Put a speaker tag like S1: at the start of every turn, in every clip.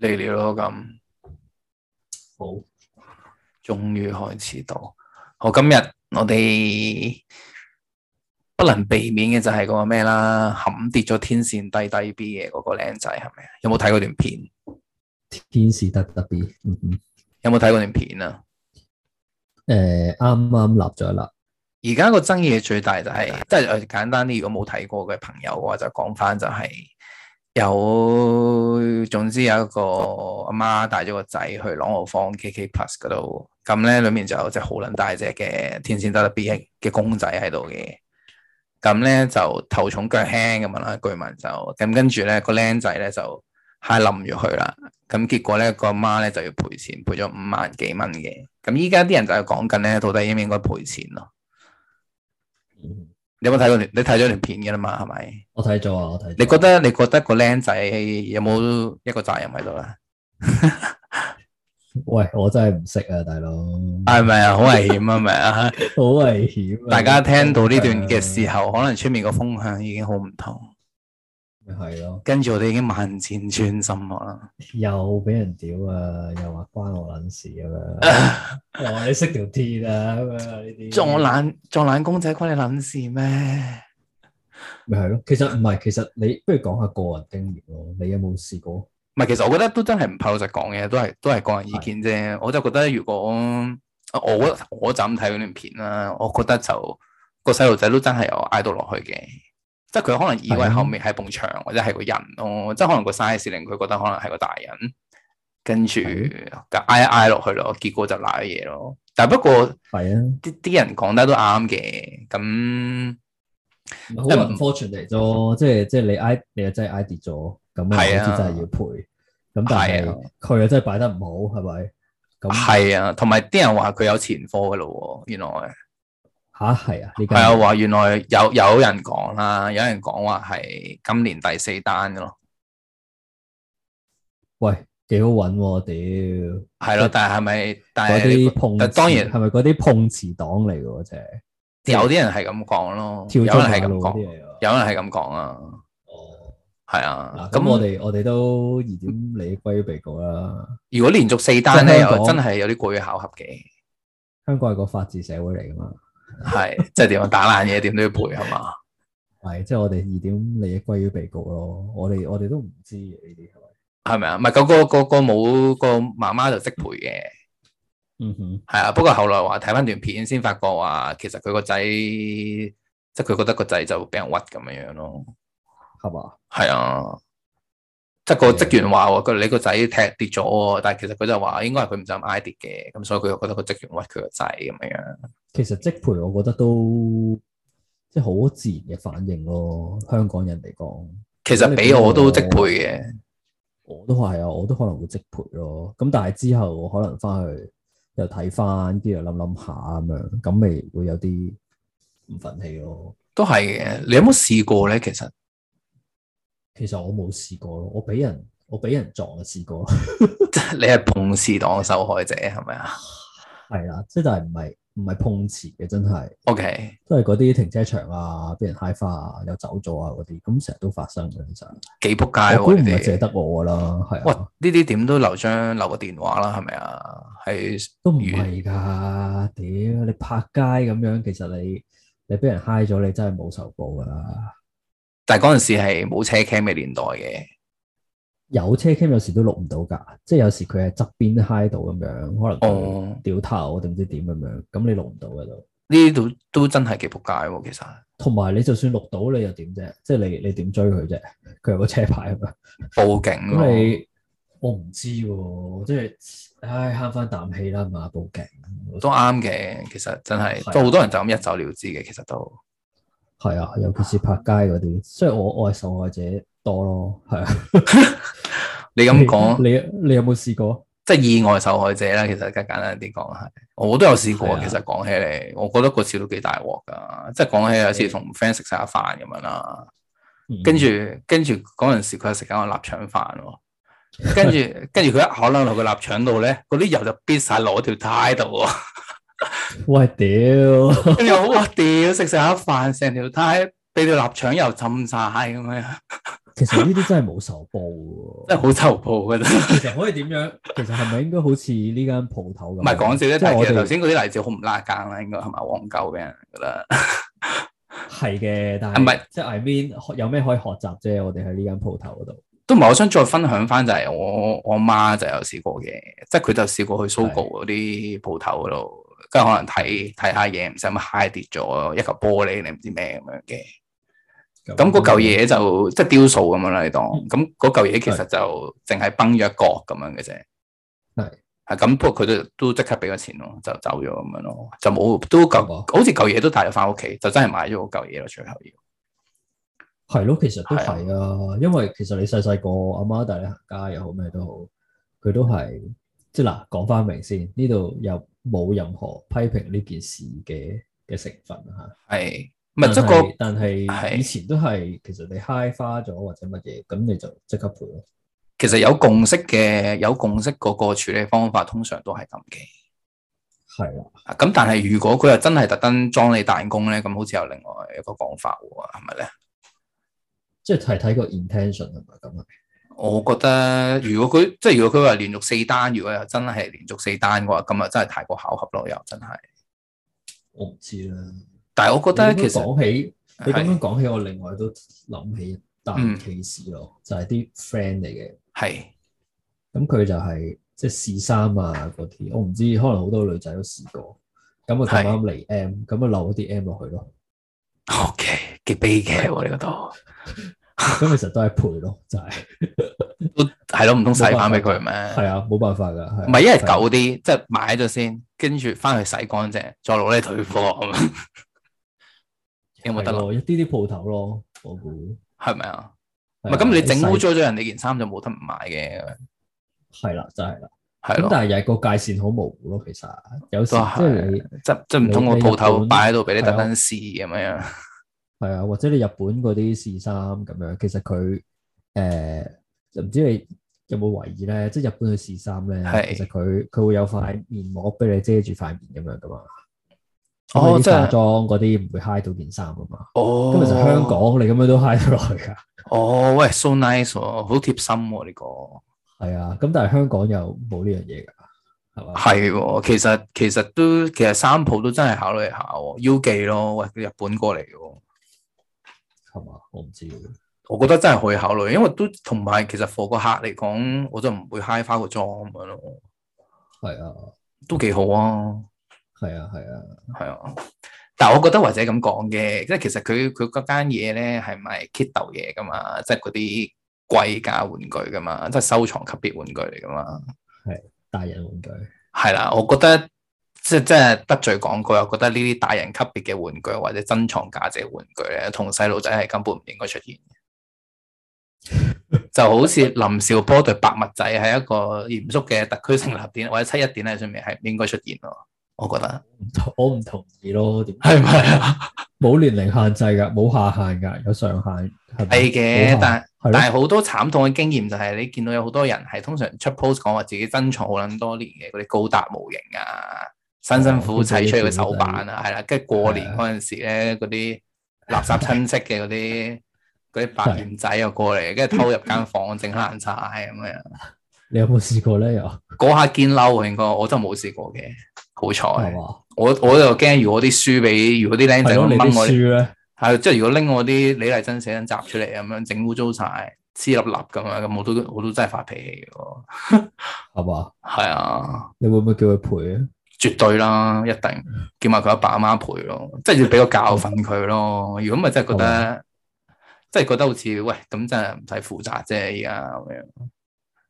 S1: 嚟了咯咁，
S2: 好，
S1: 終於開始到。好，今日我哋不能避免嘅就係嗰個咩啦，冚跌咗天線低低 B 嘅嗰個靚仔係咪啊？有冇睇嗰段片？
S2: 天使得特別，嗯嗯，
S1: 有冇睇嗰段片啊？
S2: 誒嗯呃啱啱立咗啦，
S1: 而家個爭議最大就係、即係誒簡單啲，如果冇睇過嘅朋友嘅話，就講翻就係、有，總之有一個阿媽帶咗個仔去朗豪坊 KK Plus 嗰度，咁咧裏面就有隻好撚大隻嘅天線得得 B 嘅公仔喺度嘅，咁咧就頭重腳輕咁樣啦，據聞就咁跟住咧個僆仔咧就嗨冧咗佢啦，咁結果咧個阿媽咧就要賠錢，賠咗五萬幾蚊嘅，咁依家啲人就係講緊咧到底應唔應該賠錢咯。
S2: 嗯
S1: 你有冇睇過段？你睇咗段片嘅啦嘛，係咪？
S2: 我睇咗啊，我睇咗。
S1: 你覺得你覺得個僆仔有冇一個責任喺度啊咧？
S2: 喂，我真係唔識啊，大佬，
S1: 係咪啊？好危險啊，係咪啊！
S2: 好危險啊！
S1: 大家聽到呢段嘅時候，可能出面個風向已經好唔同，
S2: 咪係咯，
S1: 跟住我哋已經萬箭穿心啦。
S2: 又俾人屌啊，又話關我撚事啊咁 樣，又話你識條鐵啊咁樣呢啲，
S1: 撞爛撞爛公仔關你撚事咩？
S2: 咪係咯。其實唔係，其實你不如講下個人經驗咯。你有冇試過？
S1: 唔係，其實我覺得都真係唔怕老實講嘅，都係都係個人意見啫。我就覺得如果我我就咁睇嗰段片啦，我覺得就個細路仔都真係有嗌到落去嘅，即係佢可能以為後面係埲牆或者係個人咯，即係可能個 size 令佢覺得可能係個大人，跟住就嗌一嗌落去咯，結果就賴嘢咯。但係不過
S2: 係啊。
S1: 啲啲人講得都啱嘅，咁啊
S2: 好 unfortunate 啫，即係即係你 I 你又真係 I 跌咗，咁
S1: 係啊
S2: 啊好似真係要賠。咁但
S1: 係啊
S2: 係佢又真係擺得唔好，係咪？咁
S1: 係啊，同埋啲人話佢有前科嘅咯喎，原來。
S2: 吓係啊，呢
S1: 係啊，
S2: 間
S1: 話原來有有人講啦，有人講話係今年第四單嘅咯，
S2: 喂幾好揾喎，屌
S1: 係咯，但係係咪？但
S2: 嗰
S1: 係啊
S2: 啲碰
S1: 但
S2: 瓷
S1: 當然
S2: 係咪嗰啲碰瓷黨嚟嘅喎？即係
S1: 有啲人係咁講咯，有
S2: 跳
S1: 人
S2: 咗
S1: 係
S2: 馬
S1: 咁
S2: 路嗰啲啊
S1: 講，
S2: 嚟喎。
S1: 有人係咁講啊，
S2: 哦，
S1: 係啊
S2: 嗱。
S1: 咁
S2: 咁我
S1: 我哋
S2: 哋我哋都疑點理歸被告啦。
S1: 如果連續四單咧，
S2: 即係香
S1: 又
S2: 港
S1: 真係有啲過於巧合嘅，
S2: 香港係個法治社會嚟㗎嘛，
S1: 係 即係點啊？打爛嘢點都要賠係嘛？
S2: 係即係我哋疑點利益歸於被告咯。我哋我哋都唔知嘅呢啲係咪？
S1: 係咪啊？唔係嗰個個個冇個媽媽就識賠嘅。
S2: 嗯哼，
S1: 係啊，不過後來話睇翻段片先發覺話，其實佢個仔即係佢覺得個仔就俾人屈咁樣樣咯。
S2: 係啊嘛？
S1: 係啊，即係個職員話喎，佢你個仔踢跌咗喎，但係其實佢就話應該係佢唔想挨跌嘅，咁所以佢就覺得個職員屈佢個仔咁樣樣。
S2: 其實即培，我覺得都即係好自然嘅反應咯。香港人嚟講，
S1: 其實俾我都即配嘅，
S2: 我都係啊，我都可能會即培咯。咁但係之後我可能翻去又睇翻，跟住又諗諗下咁樣，咁咪會有啲唔忿氣咯。
S1: 都係嘅。你有冇試過咧？其實
S2: 其實我冇試過咯，我俾人我俾人撞就試過咯，
S1: 即係你係碰瓷黨受害者係咪啊
S2: 係啦，即係但係唔係唔係碰瓷嘅，真係
S1: ？OK，
S2: 都係嗰啲停車場啊，俾人揩花啊，又走咗啊嗰啲，咁成日都發生嘅。其實
S1: 幾仆街
S2: 我估
S1: 喎
S2: 唔
S1: 你
S2: 係淨係
S1: 哋。
S2: 得我㗎啦，係
S1: 哇！
S2: 啊。
S1: 呢啲點都留張留個電話啦，係咪啊？係
S2: 都唔係㗎，屌你拍街咁樣，其實你你俾人嗨咗，你真係冇仇報㗎啦。
S1: 但係嗰陣時係冇車 cam 嘅年代嘅，
S2: 有車 cam 有時都錄唔到㗎，即係有時佢係側邊嗨到咁樣，可能
S1: 哦，
S2: 掉頭定唔知點咁樣，咁你錄唔到㗎都。
S1: 呢度都真係幾仆街喎，其實。
S2: 同埋你就算錄到，你又點啫？即係你你點追佢啫？佢有個車牌咁樣，
S1: 報警咯
S2: 咁，你我唔知喎，即係唉慳翻啖氣啦嘛，報警。
S1: 都啱嘅。其實真係
S2: 係啊
S1: 都好多人就咁一走了之嘅，其實都
S2: 係啊，尤其是拍街嗰啲，所以我我係受害者多咯，係啊。
S1: 你咁講，
S2: 你你有冇試過？
S1: 即係意外受害者啦。其實更簡單啲講係，我都有試過。
S2: 係啊
S1: 其實講起嚟，我覺得嗰次都幾大鑊㗎。即係講起有次同 friend 食晒飯咁樣啦，
S2: 嗯
S1: 跟住跟住嗰陣時佢係食緊個臘腸飯喎。跟 住，跟住佢一口撚落個臘腸度咧，嗰啲油就逼晒落我條呔度喎。
S2: 喂 屌，
S1: 跟住我哇屌，食食下飯，成條呔俾條臘腸油浸晒咁樣。
S2: 其實呢啲真係冇仇報嘅喎。
S1: 真係好仇報嘅啫。
S2: 其實可以點樣？其實係咪應該好似呢間鋪頭咁？
S1: 唔係講笑啫，
S2: 即
S1: 但
S2: 係
S1: 係
S2: 我
S1: 其實頭
S2: 哋
S1: 先嗰啲例子好唔拉更啦，應該係咪黃鳩俾人覺得？
S2: 係嘅，但
S1: 唔
S2: 係
S1: 係
S2: 即係 I mean 有咩可以學習啫？我哋喺呢間鋪頭嗰度，
S1: 都唔係，我想再分享翻就係我我媽就有試過嘅，即係佢就試過去 Sogo 嗰啲鋪頭嗰度，跟住可能睇睇下嘢，唔使咁 high 跌咗一嚿玻璃，你唔知咩咁樣嘅。咁嗰嚿嘢就即係雕塑咁樣啦，你當
S2: 哦嗯
S1: 咁嗰嚿嘢其實就淨係崩咗一角咁樣嘅啫。
S2: 係
S1: 係咁，不過佢都都即刻俾咗錢咯，就走咗咁樣咯，就冇都嚿
S2: 哇
S1: 好似嚿嘢都帶咗翻屋企，就真係買咗嗰嚿嘢咯，最後要。
S2: 係咯，其實都係啊，因為其實你細細個阿媽帶你行街又好咩都好，佢都係即係嗱講翻明先，呢度又冇任何批評呢件事嘅嘅成分啊嚇。
S1: 係唔係即
S2: 但
S1: 係個
S2: 係但係
S1: 係
S2: 以前都係其實你 high 花咗或者乜嘢，咁你就即刻賠咯。
S1: 其實有共識嘅有共識嗰個處理方法，通常都係咁嘅。
S2: 係啦，
S1: 啊咁但係如果佢又真係特登裝你彈弓咧，咁好似有另外一個講法喎，係咪咧？
S2: 即係睇睇個 intention 係咪咁啊？
S1: 我覺得如果佢即係如果佢話連續四單，如果又真係連續四單嘅話，咁啊真係太過巧合咯，又真係。
S2: 我唔知啦。
S1: 但係我覺得
S2: 你咁樣
S1: 其實
S2: 講起你咁
S1: 係
S2: 樣講起，我另外都諗起一單
S1: 嗯
S2: case 咯，就係啲 friend 嚟嘅。
S1: 係
S2: 咁佢就係、即係試衫啊嗰啲，我唔知可能好多女仔都試過。咁啊咁啱嚟 M，咁啊漏咗啲 M 落去咯。
S1: OK 幾悲劇喎，你覺得？
S2: 咁其實都係賠咯，就係、
S1: 都係咯，唔通洗翻俾佢咩？
S2: 係啊，冇辦法㗎。係啊
S1: 唔係一係
S2: 係啊
S1: 舊啲，即係買咗先，跟住翻去洗乾淨，再攞嚟退貨咁樣，有冇得
S2: 係
S1: 諗？
S2: 咯一啲啲鋪頭咯，我估。
S1: 係咪啊？唔
S2: 係
S1: 係
S2: 啊
S1: 咁你整污
S2: 細
S1: 糟咗人哋件衫就冇得唔買嘅，
S2: 係啦，就係啦。
S1: 係
S2: 咁
S1: 咯。
S2: 但係又係個界線好模糊咯，其實有時即
S1: 都係
S2: 係你
S1: 即即唔通個
S2: 你
S1: 鋪頭
S2: 你日本
S1: 擺喺度俾你特
S2: 係
S1: 登
S2: 啊
S1: 試咁樣，
S2: 係啊，或者你日本嗰啲試衫咁樣，其實佢誒就唔知你有冇懷疑咧，即係日本去試衫咧，
S1: 係
S2: 其實佢佢會有塊面膜俾你遮住塊面咁樣噶嘛。咁
S1: 哦
S2: 你
S1: 即
S2: 啲
S1: 係
S2: 化妝嗰啲唔會揩到件衫噶嘛。
S1: 哦
S2: 啊咁其實香港你咁樣都揩到落去㗎。
S1: 哦，喂，so nice 喎，好貼心喎呢個，
S2: 係啊，咁但係香港又冇呢樣嘢㗎，係嘛？
S1: 係喎，其實其實都其實三鋪都真係考慮下喎，腰記咯，喂，佢日本過嚟嘅喎，
S2: 係嘛？我唔知喎。
S1: 我覺得真係可以考慮，因為都同埋其實 for 個客嚟講，我就唔會 high 花個妝咁樣咯，
S2: 係啊，
S1: 都幾好啊，
S2: 係啊，係啊。
S1: 係啊。但我覺得或者咁講嘅，即係其實佢佢嗰間嘢咧係咪 Kittle 嘢噶嘛，即係嗰啲貴價玩具噶嘛，即係收藏級別玩具嚟噶嘛。
S2: 大人玩具
S1: 係啦，我覺得即係即係得罪講句，我覺得呢啲大人級別嘅玩具或者珍藏價值嘅玩具咧，同細路仔係根本唔應該出現 嘅。就好似林兆波對白襪仔係一個嚴肅嘅特區成立典或者七一典禮上面係唔應該出現咯，我覺得
S2: 唔同，我唔同意咯。點解
S1: 係咪啊？
S2: 冇年齡限制㗎，冇下限㗎，有上限係咪
S1: 係嘅，
S2: 冇下
S1: 但
S2: 係
S1: 但
S2: 咯，
S1: 係好多慘痛嘅經驗就係你見到有好多人係通常出 post 講話自己珍藏好撚多年嘅嗰啲高達模型啊，辛辛苦苦砌出嚟嘅手板啊，係啦，跟住過年嗰陣時咧，嗰啲 垃圾親戚嘅嗰啲 嗰啲白臉仔又過嚟，跟住偷入間房整爛晒咁樣，
S2: 你有冇試過咧？又
S1: 嗰下堅嬲啊應該，我真係冇試過嘅，好
S2: 係
S1: 彩，
S2: 嘛？
S1: 我我就驚如果啲書俾如果啲僆
S2: 係
S1: 仔
S2: 咯，你啲
S1: 掹我
S2: 書。咧
S1: 係，即係如果拎我啲李麗珍寫真集出嚟咁樣，整污糟晒，黐粒粒咁樣，咁我都我都真係發脾氣嘅喎。
S2: 係嘛？
S1: 係啊，
S2: 你會唔會叫佢賠啊？
S1: 絕對啦，一定叫埋佢阿爸阿媽陪咯，即係要俾個教訓佢咯。如果咪真係覺得，即係覺得好似喂咁真係唔使負責啫，而家咁樣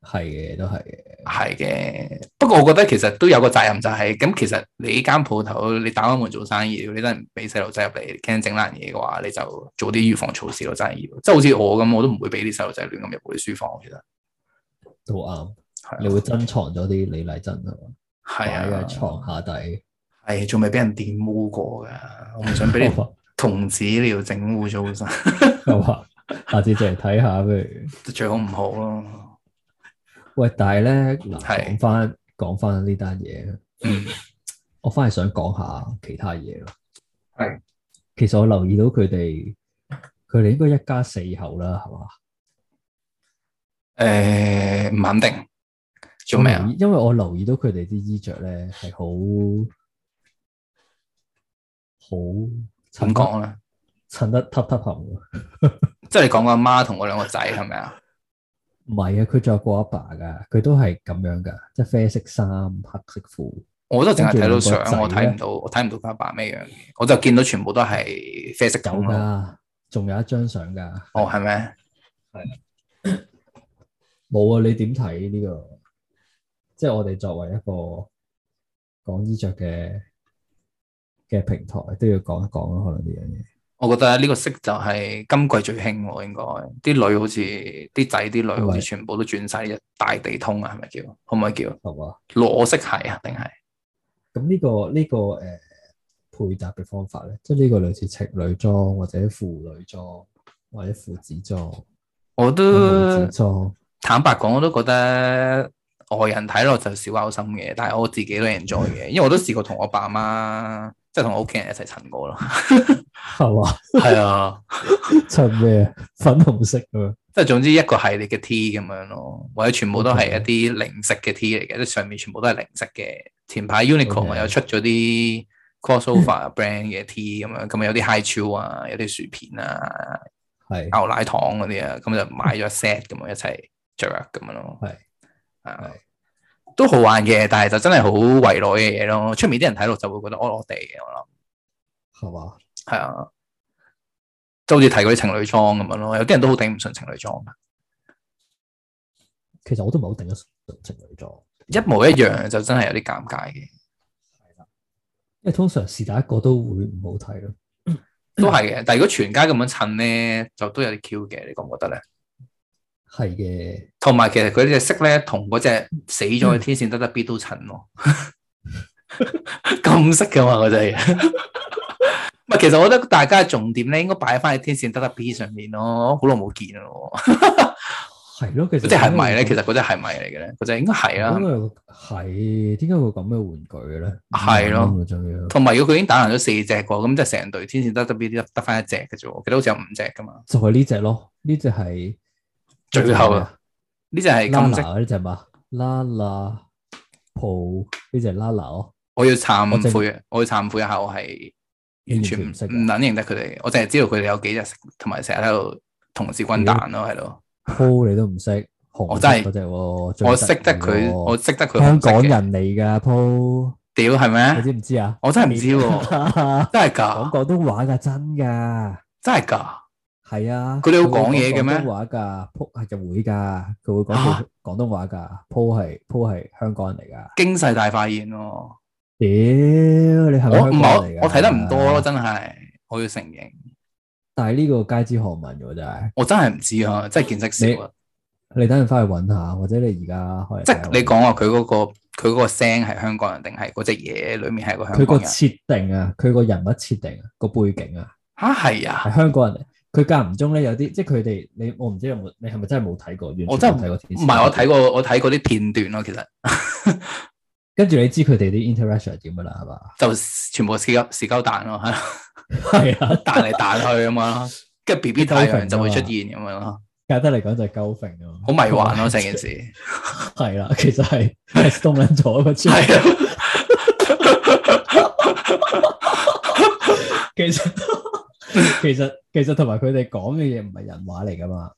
S2: 係嘅，都係嘅，
S1: 係嘅。不過我覺得其實都有個責任就係、咁，其實你間鋪頭你打開門做生意，如果你真係唔俾細路仔入嚟，驚整爛嘢嘅話，你就做啲預防措施咯，真係要。即係好似我咁，我都唔會俾啲細路仔亂咁入我啲書房，其實。
S2: 都啱。啊你
S1: 係啊
S2: 會珍藏咗啲李麗珍啊嘛，
S1: 係
S2: 擺喺
S1: 啊，
S2: 床下底。
S1: 係仲未俾人玷污過㗎，我唔想 俾
S2: 係
S1: 啲
S2: 嘛
S1: 童子尿整污糟晒，
S2: 係嘛？下次再嚟睇下，不如。
S1: 最好唔好咯。
S2: 喂，但係咧，嗱，
S1: 係
S2: 講翻講翻呢單嘢，
S1: 嗯，
S2: 我翻嚟想講下其他嘢咯。
S1: 係，
S2: 其實我留意到佢哋，佢哋應該一家四口啦，係嘛？
S1: 诶，唔肯定做咩啊
S2: 我？留意因為我留意到佢哋啲衣着咧係好好
S1: 點
S2: 襯得
S1: 講咧？啊
S2: 襯得揼揼冚嘅。
S1: 即係你講個阿媽同嗰兩個仔係咪啊？
S2: 唔係啊，佢着過阿爸噶，佢都係咁樣噶，即係啡色衫、黑色褲。
S1: 我都淨係睇到
S2: 跟住兩個仔
S1: 相，
S2: 呢
S1: 我睇唔到，我睇唔到佢阿爸咩樣嘅，我就見到全部都係啡色
S2: 有啊
S1: 咁啊咯。
S2: 噶，仲有一張相噶。
S1: 哦，係咩？
S2: 冇啊！你點睇呢個？即係我哋作為一個講衣着嘅嘅平台，都要講一講咯。可能呢樣嘢
S1: 我覺得呢個色就係今季最興喎，應該啲女好似啲仔啲女好似
S2: 係
S1: 全部都轉晒一大地通啊，係咪叫？可唔可以叫
S2: 係嘛？
S1: 裸色系啊？定係
S2: 咁呢、個呢、個誒、呃配搭嘅方法咧，即係呢個類似情侶裝或者父女裝或者父子裝、
S1: 我
S2: 母
S1: 都
S2: 子裝，
S1: 坦白講，我都覺得外人睇落就少勾心嘅，但係我自己都 enjoy 嘅，因為我都試過同我爸媽即係同我屋企人一齊襯過咯。
S2: 係嘛？
S1: 係啊，
S2: 襯咩啊？粉紅色咁樣，
S1: 即係總之一個系列嘅 T 咁樣咯，或者全部都係一啲零食嘅 T 嚟嘅，即係上面全部都係零食嘅。前排 Uniqlo
S2: OK
S1: 又出咗啲 crossover brand 嘅 T 咁樣，咁有啲 high chew 啊，有啲薯片啊、
S2: 係
S1: 牛奶糖嗰啲啊，咁就買咗 set 咁樣一齊着咁樣咯。
S2: 係
S1: 係啊
S2: 係
S1: 都好玩嘅，但係就真係好圍內嘅嘢咯。出面啲人睇落就會覺得安落地嘅，我諗。
S2: 係嘛？
S1: 系啊，就好似睇嗰啲情侶裝咁樣咯。有啲人都好頂唔順情侶裝，
S2: 其實我都唔係好定咗情侶裝，
S1: 一模一樣就真係有啲尷尬嘅，
S2: 因為通常是但一個都會唔好睇咯。
S1: 都係嘅。但係如果全家咁樣襯咧，就都有啲 Q 嘅，你覺唔覺得咧？
S2: 係嘅，
S1: 同埋其實佢呢隻色咧，同嗰隻死咗嘅天線得得 B 都襯咯，咁色嘅嘛嗰隻嘢。唔係，其實我覺得大家嘅重點咧，應該擺翻喺天線得得 B 上面咯。好耐冇見咯，
S2: 係咯。其實
S1: 嗰隻係咪咧？
S2: 點解會
S1: 其實嗰隻係咪嚟嘅咧？嗰隻應該係啊啦。
S2: 咁又係點解會咁嘅玩具嘅咧？
S1: 係咯
S2: 咁嘅啊仲要
S1: 同埋如果佢已經打爛咗四隻喎，咁即係成隊天線得得邊得得翻一隻嘅啫喎，我記得好似有五隻噶嘛。
S2: 就係呢只咯，呢只係
S1: 最後啊呢只係金色，
S2: Lala 呢只嘛，Lala 蒲呢只 Lala 咯，
S1: 我要
S2: 我淨
S1: 慚悔，啊我要慚悔一下，我係完全唔
S2: 完全唔識啊
S1: 唔撚認得佢哋，我淨係知道佢哋有幾隻色，同埋成日喺度同時軍蛋咯，喺度。
S2: 鋪你都唔識，
S1: 我
S2: 紅
S1: 真係
S2: 色嗰隻喎，最
S1: 我識得
S2: 意
S1: 佢，
S2: 喎
S1: 我識得佢
S2: 香
S1: 紅色
S2: 港
S1: 嘅
S2: 人嚟㗎鋪，
S1: 屌係
S2: 你
S1: 咪？
S2: 知唔知啊？
S1: 我真係唔知喎，真係
S2: 講
S1: 㗎，
S2: 廣東話㗎，真㗎。
S1: 真係㗎。
S2: 係啊，
S1: 佢哋會
S2: 會
S1: 講嘢嘅咩啊
S2: 廣東話㗎，鋪係就會㗎，佢會講
S1: 嚇
S2: 句廣東話㗎，鋪係鋪係香港人嚟㗎。
S1: 經世大發現喎！
S2: 屌，你係咪
S1: 我
S2: 香
S1: 唔
S2: 港
S1: 係
S2: 人嚟
S1: 我
S2: 㗎
S1: 我睇得唔多咯，，真係我要承認，
S2: 但係呢個街知巷聞喎，真係。
S1: 我真係唔知啊，真係見識少啊。
S2: 你等陣翻去揾下，或者你而家可能
S1: 即係你講話佢嗰個佢嗰個聲係香港人定係嗰只嘢裡面係個香
S2: 佢個
S1: 港人？
S2: 設定啊，佢個人物設定啊，個背景啊，
S1: 吓係啊！
S2: 係香港人嚟。佢間唔中咧有啲，即係佢哋你我唔知有冇，你係咪真係冇睇過？完全
S1: 我真係
S2: 冇睇過天
S1: 唔
S2: 線
S1: 係我睇過我睇過啲片段咯，其實
S2: 跟住你知佢哋啲 interaction 係點㗎啦，係嘛？
S1: 就全部屎鳩屎鳩彈咯，係咯
S2: 係啊，
S1: 彈嚟彈去咁樣咯，跟住 B B 太陽就會出現咁樣咯，
S2: 簡單嚟講就係鳩揈咯。
S1: 好迷幻咯成件事，
S2: 係啦，其實係係 s t o 咗個
S1: 係
S2: 專，
S1: 啊，
S2: 其實其實其實同埋佢哋講嘅嘢唔係人話嚟㗎嘛。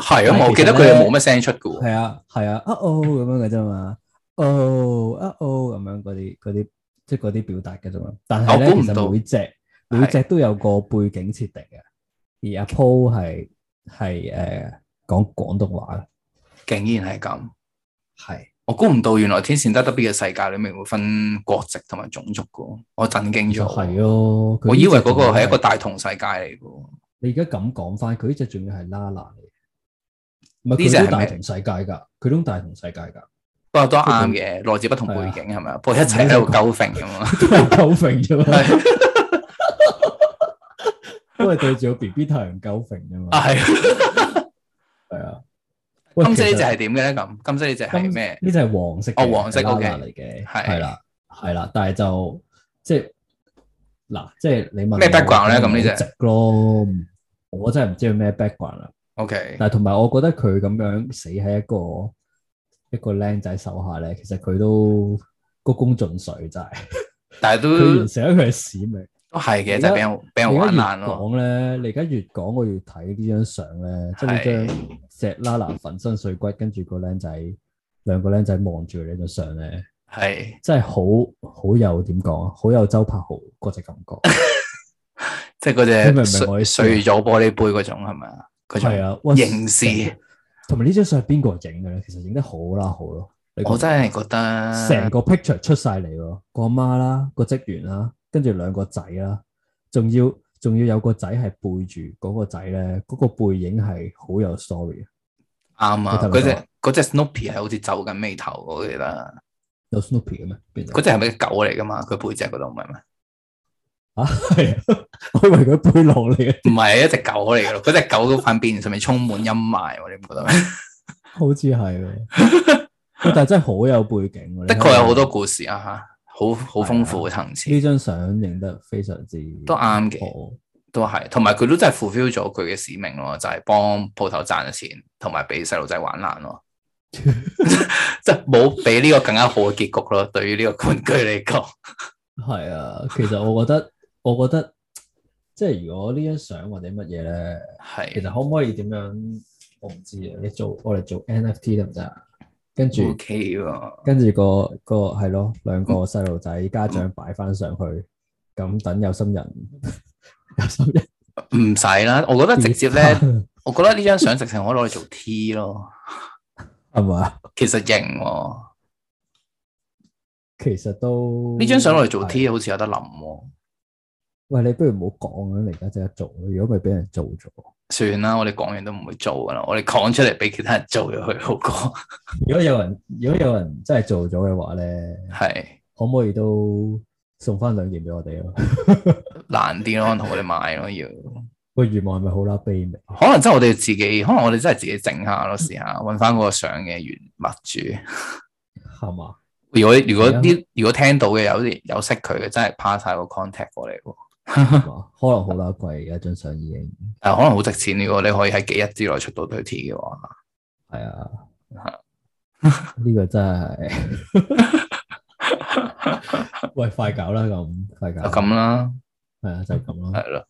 S1: 係啊，我記得佢哋冇乜聲出嘅喎，
S2: 係啊，係啊，啊哦咁樣嘅啫嘛，哦啊哦咁樣嗰啲嗰啲，即係嗰啲表達嘅啫嘛。但係
S1: 我
S2: 咧，
S1: 估唔
S2: 其
S1: 到
S2: 實每隻每隻都有個背景設定嘅，而阿 Paul 係係誒講廣東話嘅，
S1: 竟然係咁，
S2: 係
S1: 我估唔到原來天線得得 B 嘅世界裡面會分國籍同埋種族嘅喎，我震驚
S2: 就係
S1: 咗，
S2: 咯。佢
S1: 我以為嗰個係一個
S2: 呢隻仲要
S1: 大同世界嚟嘅喎。
S2: 你而家咁講翻，佢呢只仲要係 Lala 嚟嘅，唔係
S1: 呢隻
S2: 佢
S1: 係
S2: 都大
S1: 咩
S2: 同世界㗎，佢都大同世界㗎，
S1: 不過都啱嘅，來自不同背景係咪啊？不過一齊喺度鳩揈咁啊！
S2: 都係鳩揈啫嘛，
S1: 係
S2: 都係對住個 B B 太陽鳩揈啫嘛。
S1: 啊係，
S2: 系啊，喂
S1: 金色呢
S2: 其
S1: 只
S2: 實
S1: 係點嘅咧？咁金色呢只係咩？
S2: 呢只係黃色
S1: 哦黃色
S2: 嘅
S1: OK，
S2: Lala 嚟嘅，
S1: 係
S2: 係啦，係啦，但係就即係嗱，即係你問
S1: 咩
S2: 我
S1: background 咧
S2: 我
S1: 咁呢隻
S2: 直咯，我真係唔知佢咩 background 啦。
S1: O K，
S2: 但係同埋我覺得佢咁樣死喺一個一個僆仔手下咧，其實佢都鞠躬盡瘁，真係
S1: 但系
S2: 佢
S1: 都
S2: 完成咗佢嘅使命。
S1: 都系嘅，就係俾人俾人
S2: 你而
S1: 玩
S2: 家越
S1: 爛咯。
S2: 講咧，你而家越講，我越睇呢張相咧，即
S1: 係
S2: 係呢張石拉拿粉身碎骨，跟住個僆仔兩個僆仔望住你張相咧，
S1: 係
S2: 真係好好有點講啊，好有周柏豪嗰只感覺。
S1: 即係
S2: 你明唔明
S1: 嗰
S2: 我
S1: 只
S2: 意思啊
S1: 碎咗玻璃杯嗰種 係咪啊？嗰
S2: 係
S1: 種
S2: 啊，哇
S1: 刑事，
S2: 同埋呢張相係邊個影嘅咧？其實影得好啦，好咯。你覺得
S1: 我真係覺得
S2: 成個 picture 出晒嚟喎，個媽啦，個職員啦，跟住兩個仔啦，仲要仲要有個仔係背住嗰個仔咧，嗰、個背影係好有啊 story，
S1: 啱啊！
S2: 你睇唔
S1: 嗰
S2: 睇
S1: 只嗰只 Snoopy 係好似皺緊眉頭，我記
S2: 嗯
S1: 得
S2: 有 Snoopy 嘅咩？邊度
S1: 嗰只係咪隻狗嚟㗎嘛？佢背脊嗰度唔係咩？
S2: 啊， 係啊，我以為佢背囊嚟嘅，
S1: 唔係一隻狗嚟 㗎咯，嗰只狗嗰塊面上面充滿陰霾喎，你唔覺得咩？
S2: 啊好似係喎， 喂但係真係好有背景喎。
S1: 的確有好多故事啊嚇，好好豐富嘅層次
S2: 呢張相影得非常之
S1: 都啱嘅
S2: 好，
S1: 都係，同埋佢都真係 fulfill 咗佢嘅使命咯，就係幫鋪頭賺錢，同埋俾細路仔玩爛 咯，即係冇比呢個更加好嘅結局咯。對於呢個玩具嚟講，
S2: 係啊。其實我覺得， 我覺得即係如果呢張相或者乜嘢咧。其
S1: 係
S2: 實可唔可以點樣？我唔知啊。你做我哋做 NFT 得唔得啊？跟住
S1: OK 喎，
S2: 跟住個個係咯，兩
S1: 嗯
S2: 個細路仔家長擺翻上去，咁等有心人 有心人
S1: 唔使啦，我覺得直 接咧，
S2: 係
S1: 我覺得呢張相直情可以攞嚟做 T 咯，
S2: 咪啊？
S1: 其實型喎，
S2: 其實都
S1: 呢張相攞嚟做
S2: 嗯係
S1: T 好似有得諗喎。
S2: 喂，你不如唔好講啊啦，你而家即刻做啦，如果咪俾人做咗。
S1: 算啦，我哋講完都唔會做噶啦，我哋講出嚟俾其他人做咗佢好過。
S2: 如果有人如果有人真係做咗嘅話咧，
S1: 係
S2: 可唔可以都送翻兩件俾我哋咯？啊
S1: 難啲咯，同我哋買咯要。
S2: 個願望係咪好啦卑微？
S1: 可能真係我哋自己，可能我哋真係自己整下咯，試
S2: 嗯
S1: 下揾翻嗰個相嘅原物主。
S2: 係嘛？
S1: 如果如果
S2: 係啊
S1: 啲如果聽到嘅有啲有識佢嘅，真係 pass 晒個 contact 過嚟喎。
S2: 係嘛 可能好啦貴，而家張相已經。
S1: 但係可能好值錢呢個，你可以喺幾日之內出到對 T 嘅話，
S2: 系啊，呢個真係， 喂，快搞啦咁，快搞，
S1: 就咁啦，
S2: 係啊，就係咁咯。
S1: 係咯。